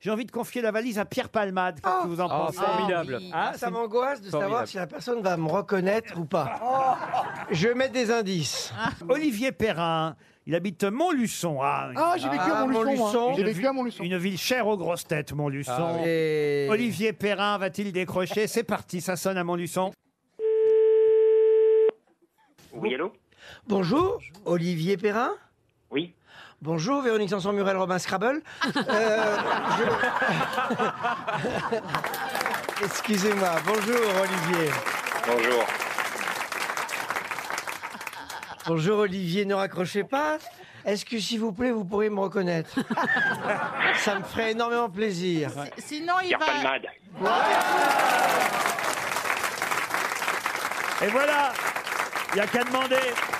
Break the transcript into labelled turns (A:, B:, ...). A: J'ai envie de confier la valise à Pierre Palmade. Qu'est-ce que vous en
B: Ah,
A: pensez
B: formidable. Ah oui.
A: Ah,
C: Ça
A: c'est-
C: m'angoisse de
B: Formidable.
C: savoir si la personne va me reconnaître ou pas. Je vais mettre des indices.
A: Olivier Perrin, il habite Montluçon. Ah, une-
D: Ah, j'ai vécu
C: Ah,
D: à Montluçon,
C: Montluçon.
D: moi. J'ai
A: une
D: vécu
A: vi-
D: à Montluçon.
A: Une ville chère aux grosses têtes, Montluçon.
B: Ah,
C: Et-
A: Olivier Perrin va-t-il décrocher C'est parti, ça sonne à Montluçon.
E: Oui, allô
C: Bonjour, Olivier Perrin.
E: Oui.
C: Bonjour, Véronique Sanson-Murel, Robin Scrabble. Euh, je- Excusez-moi. Bonjour, Olivier.
E: Bonjour.
C: Bonjour, Olivier. Ne raccrochez pas. Est-ce que, s'il vous plaît, vous pourriez me reconnaître Ça me ferait énormément plaisir.
F: Sinon, il
E: Pierre
F: va.
E: Palmade.
A: Et voilà, il n'y a qu'à demander.